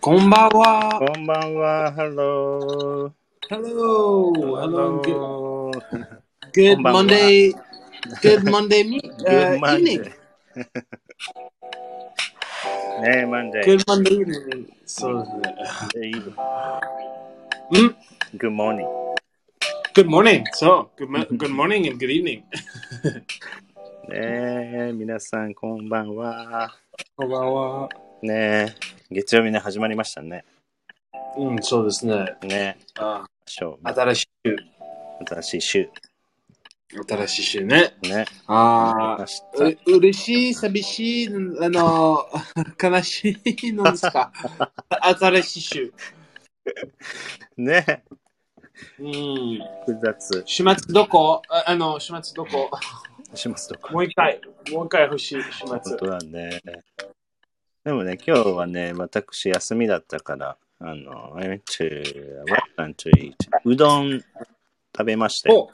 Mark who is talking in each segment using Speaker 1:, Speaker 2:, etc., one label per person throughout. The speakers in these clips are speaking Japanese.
Speaker 1: こんばんは。
Speaker 2: こんばんは、ハロ
Speaker 1: Hello.
Speaker 2: ー。
Speaker 1: Hello. Good,
Speaker 2: ロー。こ
Speaker 1: good
Speaker 2: んばんは。
Speaker 1: Monday. Good Monday meet,
Speaker 2: Good
Speaker 1: uh, evening.
Speaker 2: Monday. ねえ、Monday.
Speaker 1: Good Monday evening. そうですね。
Speaker 2: Good
Speaker 1: うん
Speaker 2: morning.
Speaker 1: Good morning. そう。Good, mo- good morning and good evening.
Speaker 2: ねえ、皆さん、こんばんは。
Speaker 1: こんばんは。
Speaker 2: ねえ、月曜日ね、始まりましたね。
Speaker 1: うん、そうですね。
Speaker 2: ねえ、
Speaker 1: あ
Speaker 2: ショー、
Speaker 1: 新しい週。
Speaker 2: 新しい週。
Speaker 1: 新しい週ね。
Speaker 2: ね、
Speaker 1: あ
Speaker 2: 明
Speaker 1: あ、
Speaker 2: 日。
Speaker 1: う嬉しい、寂しい、あ の、悲しいのです か。新しい週。
Speaker 2: ねえ、
Speaker 1: うん。
Speaker 2: 複雑
Speaker 1: 週末どこああの、週末どこ
Speaker 2: しますとか。
Speaker 1: もう一回、もう一回欲しい、週
Speaker 2: 本
Speaker 1: 末。
Speaker 2: 当だね。でもね、今日はね、私、休みだったから、あの、I went to a restaurant to eat. うどん食べましたよ。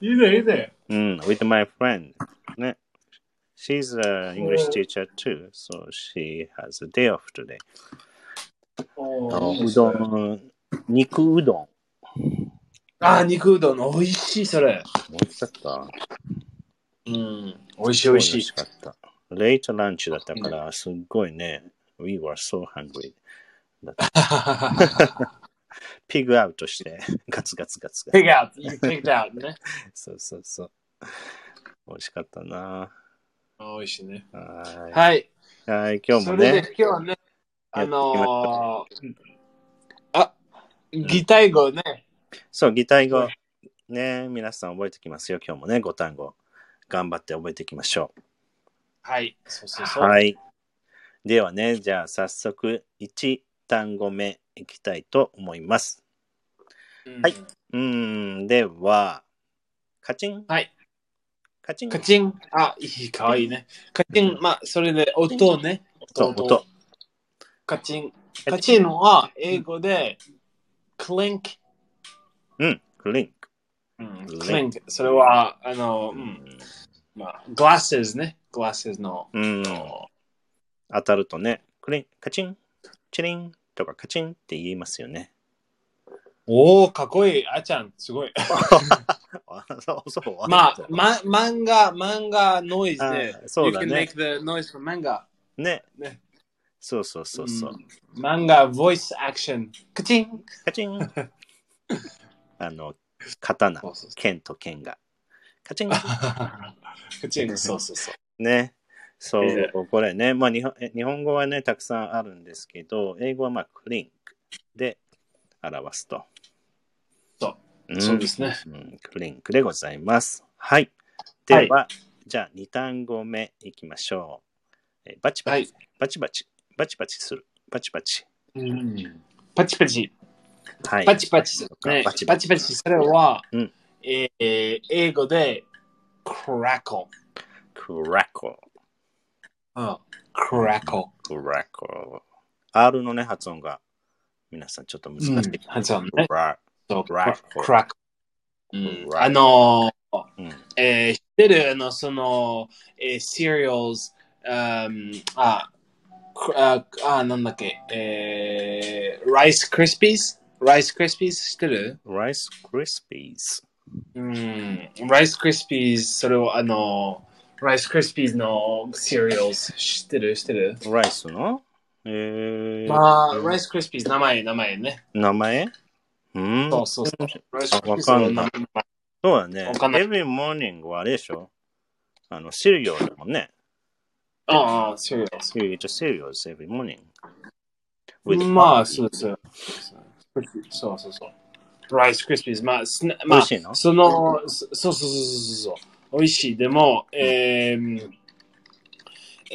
Speaker 1: おいいね、いいね。
Speaker 2: うん、with my friend. ね。She's an
Speaker 1: お
Speaker 2: English teacher too, so she has a day off today. あ
Speaker 1: お
Speaker 2: の
Speaker 1: いいで
Speaker 2: う
Speaker 1: す
Speaker 2: ど
Speaker 1: ね。
Speaker 2: ん、肉うどん。
Speaker 1: あー、肉うどんの美味しい、それ。
Speaker 2: 美味しかった。
Speaker 1: うん。美味しい、
Speaker 2: す
Speaker 1: 美味
Speaker 2: ごい美
Speaker 1: し
Speaker 2: 味
Speaker 1: い。
Speaker 2: しかった。レイトランチだった
Speaker 1: いい
Speaker 2: か
Speaker 1: ね
Speaker 2: ら、すっごいね、we were so hungry. だ ピグアウトして、ガツガツガツガツ。
Speaker 1: Pig out, you picked out ね。
Speaker 2: そうそうそう。美味しかったな。
Speaker 1: あー美味しいね。
Speaker 2: は
Speaker 1: はい。
Speaker 2: い。はい、今日
Speaker 1: そ
Speaker 2: も
Speaker 1: れで
Speaker 2: ね、
Speaker 1: 今日はね、あ
Speaker 2: やってきました。
Speaker 1: のー、あ、
Speaker 2: うん。
Speaker 1: 擬態語ね。
Speaker 2: そう、擬態
Speaker 1: これ
Speaker 2: 語。ね、皆さん覚えてきますよ。今日もね、5単語。頑張って覚えていきましょう。
Speaker 1: はい。そうそうそう。
Speaker 2: はい。ではね、じゃあ早速、1単語目いきたいと思います。
Speaker 1: う
Speaker 2: はい。
Speaker 1: ん。
Speaker 2: うーん、では、カチン、
Speaker 1: はい。
Speaker 2: カチン、
Speaker 1: カ
Speaker 2: カ
Speaker 1: チン。あ、いい、か
Speaker 2: チ
Speaker 1: わい
Speaker 2: ン、
Speaker 1: いね。カ
Speaker 2: カ
Speaker 1: チ
Speaker 2: チ
Speaker 1: ン。
Speaker 2: ン。
Speaker 1: まあ、それで
Speaker 2: チ
Speaker 1: 音
Speaker 2: ン
Speaker 1: をね。
Speaker 2: そう、
Speaker 1: 音を。
Speaker 2: 音。
Speaker 1: カチン。
Speaker 2: カ
Speaker 1: カ
Speaker 2: チ
Speaker 1: チンは
Speaker 2: ン。う
Speaker 1: 英
Speaker 2: ん、
Speaker 1: 語で、クリンク。
Speaker 2: うん、クリンク、
Speaker 1: うん、
Speaker 2: ク
Speaker 1: ク
Speaker 2: リ
Speaker 1: リ
Speaker 2: ン
Speaker 1: ンク。それは、あの、
Speaker 2: ク。
Speaker 1: う。
Speaker 2: うんん、
Speaker 1: まあ、グラスですね。グラスの、
Speaker 2: う
Speaker 1: あ
Speaker 2: ん
Speaker 1: の、
Speaker 2: 当たるとね、クリン、カチン、チリンとかカチンって言います よね。
Speaker 1: おー、かっこいい。あちゃん、すごい。
Speaker 2: あそう、そう、あ
Speaker 1: まあ、
Speaker 2: そう。
Speaker 1: ま、漫画、漫画ノイズ
Speaker 2: あ
Speaker 1: で、
Speaker 2: そ
Speaker 1: You
Speaker 2: うだ
Speaker 1: can
Speaker 2: ね。
Speaker 1: make the noise from manga.
Speaker 2: ね。
Speaker 1: ね。
Speaker 2: そうそう
Speaker 1: う
Speaker 2: そうそう。
Speaker 1: ん。漫画、voice action。カチン。
Speaker 2: カチン。あの、刀。
Speaker 1: そうそうそう。
Speaker 2: 剣と剣が。カチン。
Speaker 1: カチン、そうそうそう。
Speaker 2: ね。
Speaker 1: いい
Speaker 2: そ
Speaker 1: ね。
Speaker 2: う、これね。まあ日本、え日本語はね、たくさんあるんですけど、英語はまあ、クリンクで表すと。
Speaker 1: そう。
Speaker 2: う
Speaker 1: そうで
Speaker 2: ん。
Speaker 1: すね。
Speaker 2: うん、クリンクでございます。はい。
Speaker 1: は
Speaker 2: で
Speaker 1: い。
Speaker 2: は、じゃあ、2単語目いきましょう。えバチバ
Speaker 1: は
Speaker 2: チ。
Speaker 1: い。
Speaker 2: バチバチ。バチバチする。バチバチ。
Speaker 1: うん。パチパチ。
Speaker 2: はい。
Speaker 1: パチパチ。
Speaker 2: とか、
Speaker 1: ね。
Speaker 2: バチバ
Speaker 1: パチパ
Speaker 2: チ。
Speaker 1: チ。それは、
Speaker 2: うん。
Speaker 1: えー、英語で、crackle。
Speaker 2: クラコ。
Speaker 1: うん。crackle。
Speaker 2: クラコ。R のね、発音が皆さんちょっと難し
Speaker 1: う
Speaker 2: い。
Speaker 1: ん。発音
Speaker 2: ク
Speaker 1: ね。
Speaker 2: ラ、
Speaker 1: そう、
Speaker 2: クラコ。
Speaker 1: crackle。う
Speaker 2: ク
Speaker 1: ん。あ
Speaker 2: ラコ。
Speaker 1: のー、
Speaker 2: うん。
Speaker 1: えー、知ってるあの、その、えー、cereals、うんあ、くあ、あ、なんだっけ、えー、Rice Krispies? Rice Krispies 知ってる
Speaker 2: ライスクリスピーズ。
Speaker 1: うん、Rice Krispies、それをあの、Rice Krispies の cereals 知ってる知ってる
Speaker 2: ライスのえー、
Speaker 1: まあ、Rice Krispies 名前、名前ね。
Speaker 2: 名前う
Speaker 1: そ
Speaker 2: ん。
Speaker 1: うそうそう。Rice
Speaker 2: あわ
Speaker 1: Krispies
Speaker 2: か
Speaker 1: の
Speaker 2: ん
Speaker 1: 名
Speaker 2: ない。
Speaker 1: 前。
Speaker 2: そうだね
Speaker 1: わかん。ない
Speaker 2: every morning はあれでしょあの、シリオだもんね。
Speaker 1: ああ、cereals。
Speaker 2: You eat cereals every morning.
Speaker 1: まあ、そうそう。そうそうそう。ライスクリスピーズ。まあ、スナ
Speaker 2: 美
Speaker 1: まあ
Speaker 2: 味、しいの
Speaker 1: その、そそうそうそうそうそう。美味しい。でも、えー、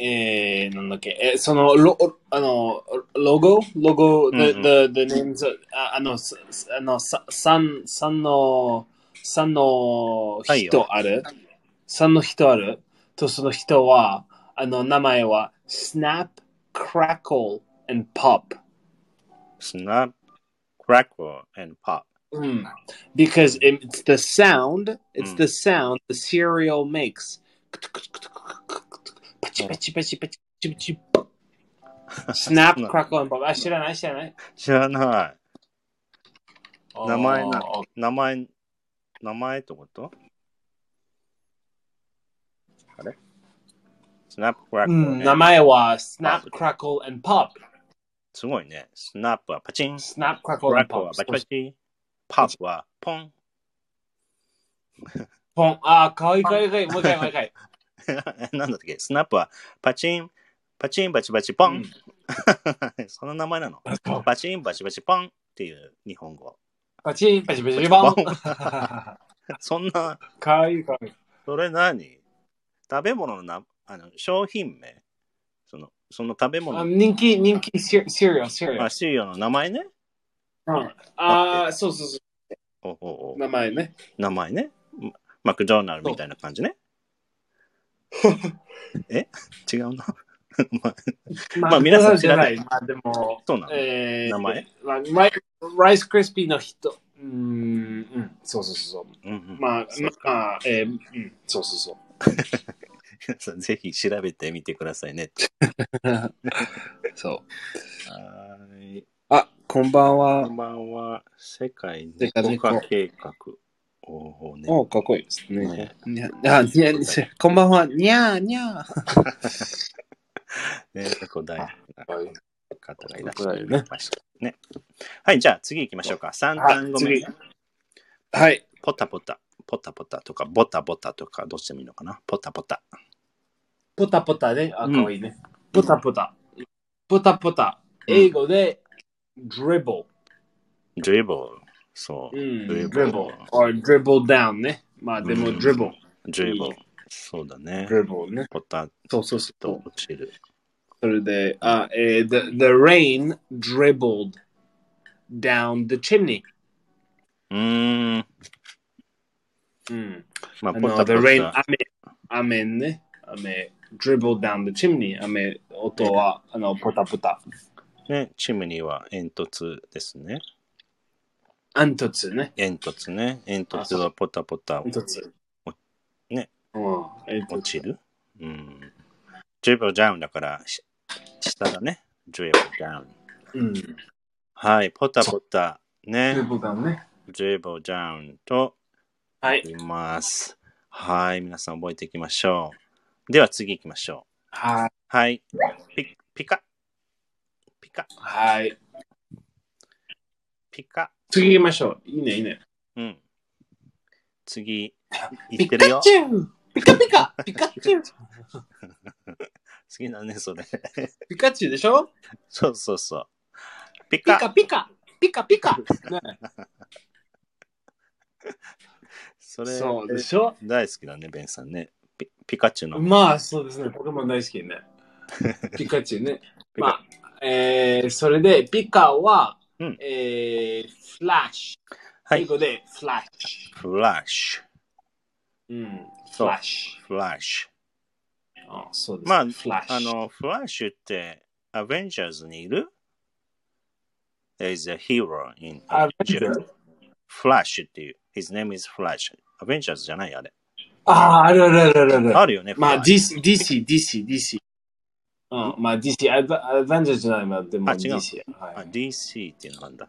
Speaker 1: えー、なんだっけ、えそのロ、あの、ロゴロゴ、the,
Speaker 2: うん
Speaker 1: the, the names, ああの、すすあの、さ三、三の、三の
Speaker 2: はいよ
Speaker 1: 人ある三の人あると、その人は、あの、名前は、snap, crackle, and pop.
Speaker 2: Snap, crackle, and pop.
Speaker 1: Mm. Because it- it's the sound, it's
Speaker 2: Mm.
Speaker 1: the sound the cereal makes. Pachi,
Speaker 2: Hmm.
Speaker 1: pachi, pachi, pachi, pachi, pachi. Snap,
Speaker 2: No.
Speaker 1: crackle, and pop. I should I should I?
Speaker 2: 知らない。名前な
Speaker 1: Oh,
Speaker 2: 名前、名前ってことあれ ?Snap, crackle,
Speaker 1: mm,
Speaker 2: and-
Speaker 1: 名前は snap,
Speaker 2: Pop.
Speaker 1: crackle, and pop.
Speaker 2: すごいね。Snap はパチン。
Speaker 1: Snap, crackle, and
Speaker 2: Crackle は
Speaker 1: pop.
Speaker 2: バチバチ。Pop はポン。
Speaker 1: ポンあー、かわいいかわいいかわいい。もう一回、もう一回。
Speaker 2: なんだっけ ?Snap はパチン、パチン、バチバチ、ポン。
Speaker 1: うん
Speaker 2: その名前なの。
Speaker 1: そう
Speaker 2: バチン、バチバチ、ポンっていう日本語。
Speaker 1: パチン、パチパチパチポン。
Speaker 2: そんな、
Speaker 1: かわいいかわいい。
Speaker 2: それ何食べ物のなあの商品名そのその食べ
Speaker 1: あ
Speaker 2: 物
Speaker 1: 人気、人気、シリシリアル、シリア
Speaker 2: あ
Speaker 1: ル。
Speaker 2: シリアルの名前ね
Speaker 1: うんあー、そうそうそ
Speaker 2: おうおうお
Speaker 1: う。
Speaker 2: う
Speaker 1: 名前ね。
Speaker 2: 名前ねママクドナルドみたいな感じねえ違うな まあ
Speaker 1: ま
Speaker 2: まあ皆さん知らな
Speaker 1: ないい。まあでも、
Speaker 2: そうなの、
Speaker 1: えー、
Speaker 2: 名前
Speaker 1: まあライライスクリスピーの人。うーん、うん、そうそうそうそう。
Speaker 2: うんうん
Speaker 1: まあ、
Speaker 2: そう
Speaker 1: まあ、えー、うん、そうそうそう。
Speaker 2: そうぜひ調べてみてくださいね
Speaker 1: そう。
Speaker 2: はーい
Speaker 1: あ、こんばん
Speaker 2: こ
Speaker 1: は
Speaker 2: ん。ばんは世界
Speaker 1: 世界
Speaker 2: 猫
Speaker 1: 猫
Speaker 2: 化計画おおね
Speaker 1: おかっこいいです
Speaker 2: ね
Speaker 1: ね。にゃあにゃにゃこんばんは。にゃーにゃー。
Speaker 2: ね猫大好きな
Speaker 1: はい
Speaker 2: 方がいらっしゃいましたね。はい、じゃあ次行きましょうか。三単語目
Speaker 1: 次。はい。
Speaker 2: ポタポタ、ポタポタとか、ボタボタとか、どうしてもいいのかな。ポタポタ。
Speaker 1: ポタポタね。あ、
Speaker 2: うん
Speaker 1: かわいいね。ポタポタ。ポタポタ。英語で、dribble。
Speaker 2: ドリブル。そうう。
Speaker 1: ん、
Speaker 2: dribble
Speaker 1: dribble。or dribble down ね。まあでも
Speaker 2: うん
Speaker 1: dribble。
Speaker 2: ドリブル。そうだね。
Speaker 1: dribble ね。
Speaker 2: ポタ
Speaker 1: そうそうそ
Speaker 2: と
Speaker 1: う。
Speaker 2: 落ちる。
Speaker 1: それで、あ、えー、the, the rain dribbled down the chimney.
Speaker 2: うーん。
Speaker 1: うん。
Speaker 2: まあ、
Speaker 1: あ
Speaker 2: ポ
Speaker 1: の、
Speaker 2: タ
Speaker 1: the
Speaker 2: ポ
Speaker 1: rain,
Speaker 2: タ。
Speaker 1: 雨、雨ね。雨、dribbled down the chimney. 雨、音は、あの、ポタポタ。
Speaker 2: ね、チームには煙突ですね。
Speaker 1: 煙突ね。
Speaker 2: 煙突ね。煙突はポタポタ
Speaker 1: 煙突。
Speaker 2: ね。
Speaker 1: うん。煙
Speaker 2: 落
Speaker 1: 突。
Speaker 2: ちる。うん。ドリブルダウンだから、し下だね。ドリブルダウン。
Speaker 1: うん。
Speaker 2: はい、ポタポタ。ね、
Speaker 1: dribble down ね。
Speaker 2: ジェイボジャウンと
Speaker 1: はい。
Speaker 2: 言います。はい、皆さん覚えていきましょう。では次行きましょう。
Speaker 1: はい。
Speaker 2: はい、ピピカ、ピカ、
Speaker 1: はい。
Speaker 2: ピカ。
Speaker 1: 次行きましょう。いいね、いいね。
Speaker 2: うん。次、行
Speaker 1: ピ
Speaker 2: って
Speaker 1: カ
Speaker 2: るよ。
Speaker 1: チュウピカピカピカチュウ
Speaker 2: 次だね、それ。
Speaker 1: ピカチュウでしょ
Speaker 2: そうそうそう。ピ
Speaker 1: ピ
Speaker 2: カ、
Speaker 1: カピカピカピカね
Speaker 2: それ
Speaker 1: そうでしょ
Speaker 2: 大好きだね、ベンさんね。ピピカチュウの。
Speaker 1: まあそうですね、ポケモン大好き ね。ピカチュウね。
Speaker 2: ピカ
Speaker 1: まあ、えー、それでピカは、
Speaker 2: うん
Speaker 1: えー、フラッシュ。
Speaker 2: はい
Speaker 1: 英、語でフラッシ
Speaker 2: フラッシュ、
Speaker 1: ュ。うん、フ
Speaker 2: そう
Speaker 1: ラッシ
Speaker 2: フラッシュ。
Speaker 1: ュ。あそうです。
Speaker 2: まあ
Speaker 1: フラッシュ。
Speaker 2: あの、フラッシュって、アベンジャーズにいる ?There is a hero in
Speaker 1: あ、
Speaker 2: Avengers. フラッシュっていう。His name is Flash. アベンジャーズじゃないあれ。
Speaker 1: ああるあるあるあるある。
Speaker 2: あるよね。
Speaker 1: まあ、
Speaker 2: フラッシ
Speaker 1: DC、DC、DC、DC。うん、まあ DC、アドアドバンジャーじゃないな、でも
Speaker 2: あ違う
Speaker 1: DC。は
Speaker 2: ュあ
Speaker 1: い。
Speaker 2: DC っていうのなんだ。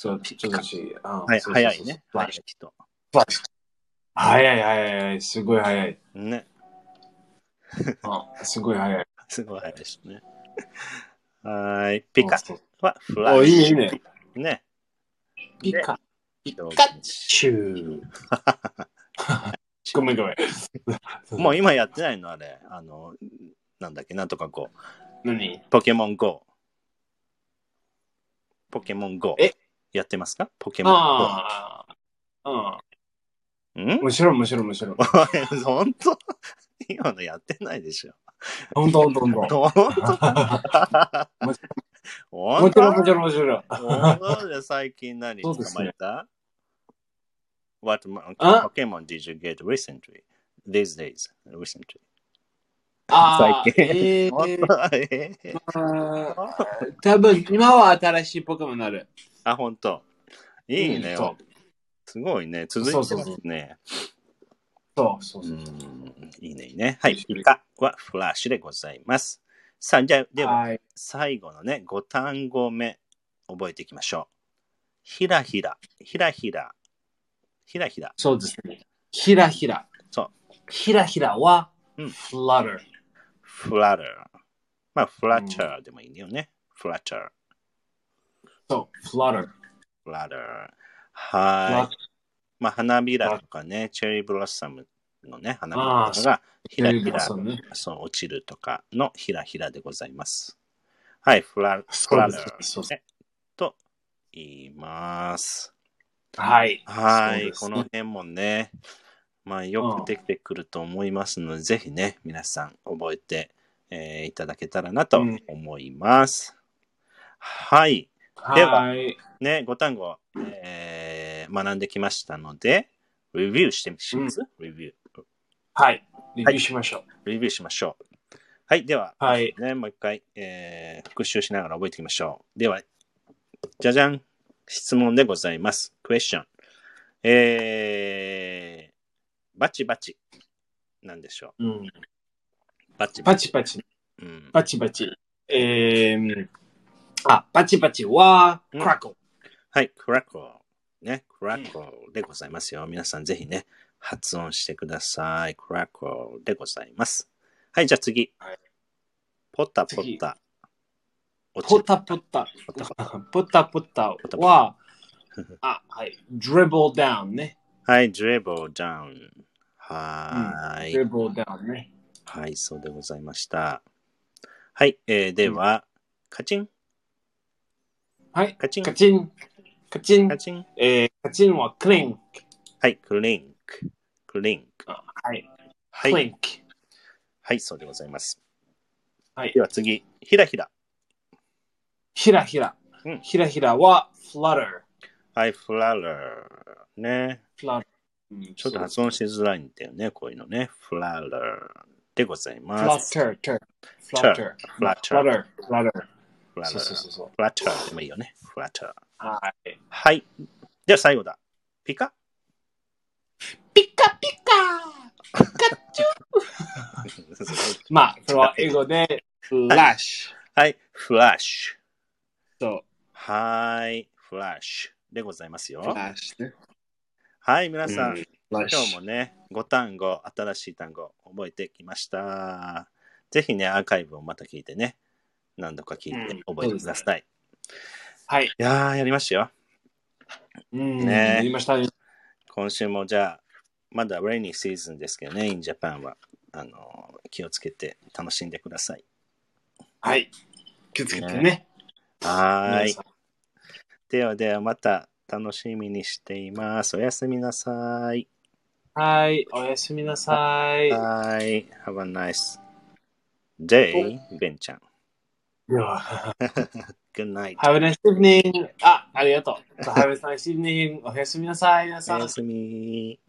Speaker 1: そう、ちょっとし、あ
Speaker 2: はい、
Speaker 1: そうそうそう
Speaker 2: 早いね。
Speaker 1: フラ
Speaker 2: 早
Speaker 1: ッ
Speaker 2: い
Speaker 1: シュ
Speaker 2: 人。
Speaker 1: フラッシュ。早い早い早い、すごい早い。
Speaker 2: ね。
Speaker 1: うんすごい早い。
Speaker 2: すごい早いですね。はーい。ピカ
Speaker 1: そうそう
Speaker 2: はフラ
Speaker 1: お、
Speaker 2: ッ
Speaker 1: いいね、いい
Speaker 2: シ
Speaker 1: ね。
Speaker 2: ュ。ね。
Speaker 1: ピカ。ピ カチュウ。ごめんごめん。
Speaker 2: もう今やってないのあれ。あの、なんだっけ、なんとか GO。
Speaker 1: 何
Speaker 2: ポケモン GO。ポケモン GO。
Speaker 1: え
Speaker 2: やってますかポケモン GO。
Speaker 1: ああ。
Speaker 2: うん
Speaker 1: うん。むしろむしろむしろ。
Speaker 2: 本当今のやってないでしょ。
Speaker 1: ほんとほんとほんと。 も
Speaker 2: 本当
Speaker 1: ちもちろんも
Speaker 2: 本当
Speaker 1: ちろんもちろん。
Speaker 2: 本当で最近何
Speaker 1: そう
Speaker 2: 捕
Speaker 1: です
Speaker 2: ま
Speaker 1: ね
Speaker 2: えた ?What
Speaker 1: あ
Speaker 2: Pokemon did you get recently? These days, recently.
Speaker 1: ああ、
Speaker 2: 最近
Speaker 1: え
Speaker 2: 本
Speaker 1: ー、
Speaker 2: 当 えー
Speaker 1: あー多分今は新しいポケモンになる。
Speaker 2: あ、本当いいね、
Speaker 1: うんそう
Speaker 2: すごいね。続いてますね。
Speaker 1: そうそうそうう。
Speaker 2: んいいね、いいね。はい。以下はフラッシュでございます。さあ、じゃあ、では、
Speaker 1: はい。
Speaker 2: 最後のね、5単語目、覚えていきましょう。ひらひら、ひらひら、ひらひら、
Speaker 1: そうですね。ひらひら。。
Speaker 2: そう
Speaker 1: ひらひらは、
Speaker 2: うん
Speaker 1: フラッ
Speaker 2: フラッター。まあ、フラッチャーでもいいよね。フラッチャー、
Speaker 1: そう、フラッ
Speaker 2: フラッター。
Speaker 1: タ
Speaker 2: は
Speaker 1: ー
Speaker 2: い。。まあ、花びらとかね、チェリーブロッサムのね、花び
Speaker 1: あ
Speaker 2: ら
Speaker 1: ー
Speaker 2: とかが、ひらひ
Speaker 1: ひら
Speaker 2: ら
Speaker 1: そうね。
Speaker 2: そう、落ちるとかのひらひらでございます。はい、フラ、フ
Speaker 1: そう
Speaker 2: ラ
Speaker 1: で
Speaker 2: ダー
Speaker 1: す。そうです
Speaker 2: と言います。
Speaker 1: はい。
Speaker 2: はい、
Speaker 1: そうです
Speaker 2: こ
Speaker 1: ね
Speaker 2: の辺もね、まあ、よくできてくると思いますので、ぜひね、皆さん覚えて、えーいただけたらなと
Speaker 1: うん
Speaker 2: 思います。はい。では
Speaker 1: はい。
Speaker 2: ね、5単語、えー学んできましたので、レビューしてします、レビュー。
Speaker 1: はい。レビューしましょう。
Speaker 2: レビューしましょう。はい、では、
Speaker 1: はい。
Speaker 2: ね、もう一回、えー復習しながら覚えていきましょう。では、じゃじゃん。質問でございます。クエスチョン。えー、バチバチ。なんでしょ
Speaker 1: うん、
Speaker 2: う。バチ
Speaker 1: パ
Speaker 2: バチ。
Speaker 1: チパチ、
Speaker 2: うん、
Speaker 1: パチパチ。えー、あ、パチパチは、
Speaker 2: う
Speaker 1: ク
Speaker 2: ん
Speaker 1: ラコ。
Speaker 2: はい、クラコー。ね、クラコーでございますよ。皆さんぜひね、発音してください。クラコーでございます。はい、じゃあ次。
Speaker 1: はい
Speaker 2: ポタポ
Speaker 1: 次
Speaker 2: タ。落ち
Speaker 1: ポ
Speaker 2: る
Speaker 1: タポタ。
Speaker 2: ポタポタ。
Speaker 1: ポタポタは、あ、はい。dribble down ね。
Speaker 2: はい、ドリブルダウン。はーい。
Speaker 1: dribble down ね。
Speaker 2: はい、そうでございました。はい、えー、では、カチン、
Speaker 1: はい。
Speaker 2: カチン
Speaker 1: カ、チン、カチン
Speaker 2: カ、チン。
Speaker 1: えー、カチンはクリンク。
Speaker 2: はい、クリンク、クリンク。
Speaker 1: はい。
Speaker 2: は
Speaker 1: クリ
Speaker 2: い、
Speaker 1: ンク。
Speaker 2: はい、そうでございます。
Speaker 1: はい
Speaker 2: では次、ひらひら。
Speaker 1: ひらひら
Speaker 2: うん。
Speaker 1: ひらひらは、flutter。
Speaker 2: はい、フララー。ね、
Speaker 1: flutter。
Speaker 2: ちょっと発音しづらいんだよね、こういうのね。フララーでございます。
Speaker 1: flutter, ter, flutter,
Speaker 2: flutter
Speaker 1: flutter, flutter.
Speaker 2: フララ
Speaker 1: そうそう
Speaker 2: ー。
Speaker 1: そうそう。
Speaker 2: フラッターでもいいよね。フラッター。
Speaker 1: はい。
Speaker 2: はい。では最後だ。ピカ
Speaker 1: ピカピカまあ、それは英語で、フラッシュ。
Speaker 2: はい、フラッシュ。
Speaker 1: そう、
Speaker 2: はい、フラッシュでございますよ
Speaker 1: フ。ラッシュね。
Speaker 2: はい、皆さん、
Speaker 1: うんフラッシ
Speaker 2: 今日も
Speaker 1: ュ。
Speaker 2: ね、5単語、新しい単語、覚えてきました。ぜひね、アーカイブをまた聞いてね、何度か聞い
Speaker 1: う
Speaker 2: て
Speaker 1: ん
Speaker 2: 覚えてください。
Speaker 1: はい。
Speaker 2: いやー、やりましたよ。
Speaker 1: うん。
Speaker 2: ね
Speaker 1: 言いましたね。
Speaker 2: 今週もじゃあ、まだレイニーシーズンですけどね、インジャパンは、あのー、気をつけて楽しんでください。
Speaker 1: はい。気をつけてね。
Speaker 2: はー
Speaker 1: 皆
Speaker 2: い
Speaker 1: さ。ん
Speaker 2: ではでは、また楽しみにしています。おやすみなさい。
Speaker 1: はい。おやすみなさい。
Speaker 2: はい。Have a nice day, ベンちゃん。
Speaker 1: では
Speaker 2: Good night.
Speaker 1: Have a nice evening. あ、ありがとう。Have a nice evening. おやすみなさい、皆
Speaker 2: お
Speaker 1: さん
Speaker 2: や。すみ。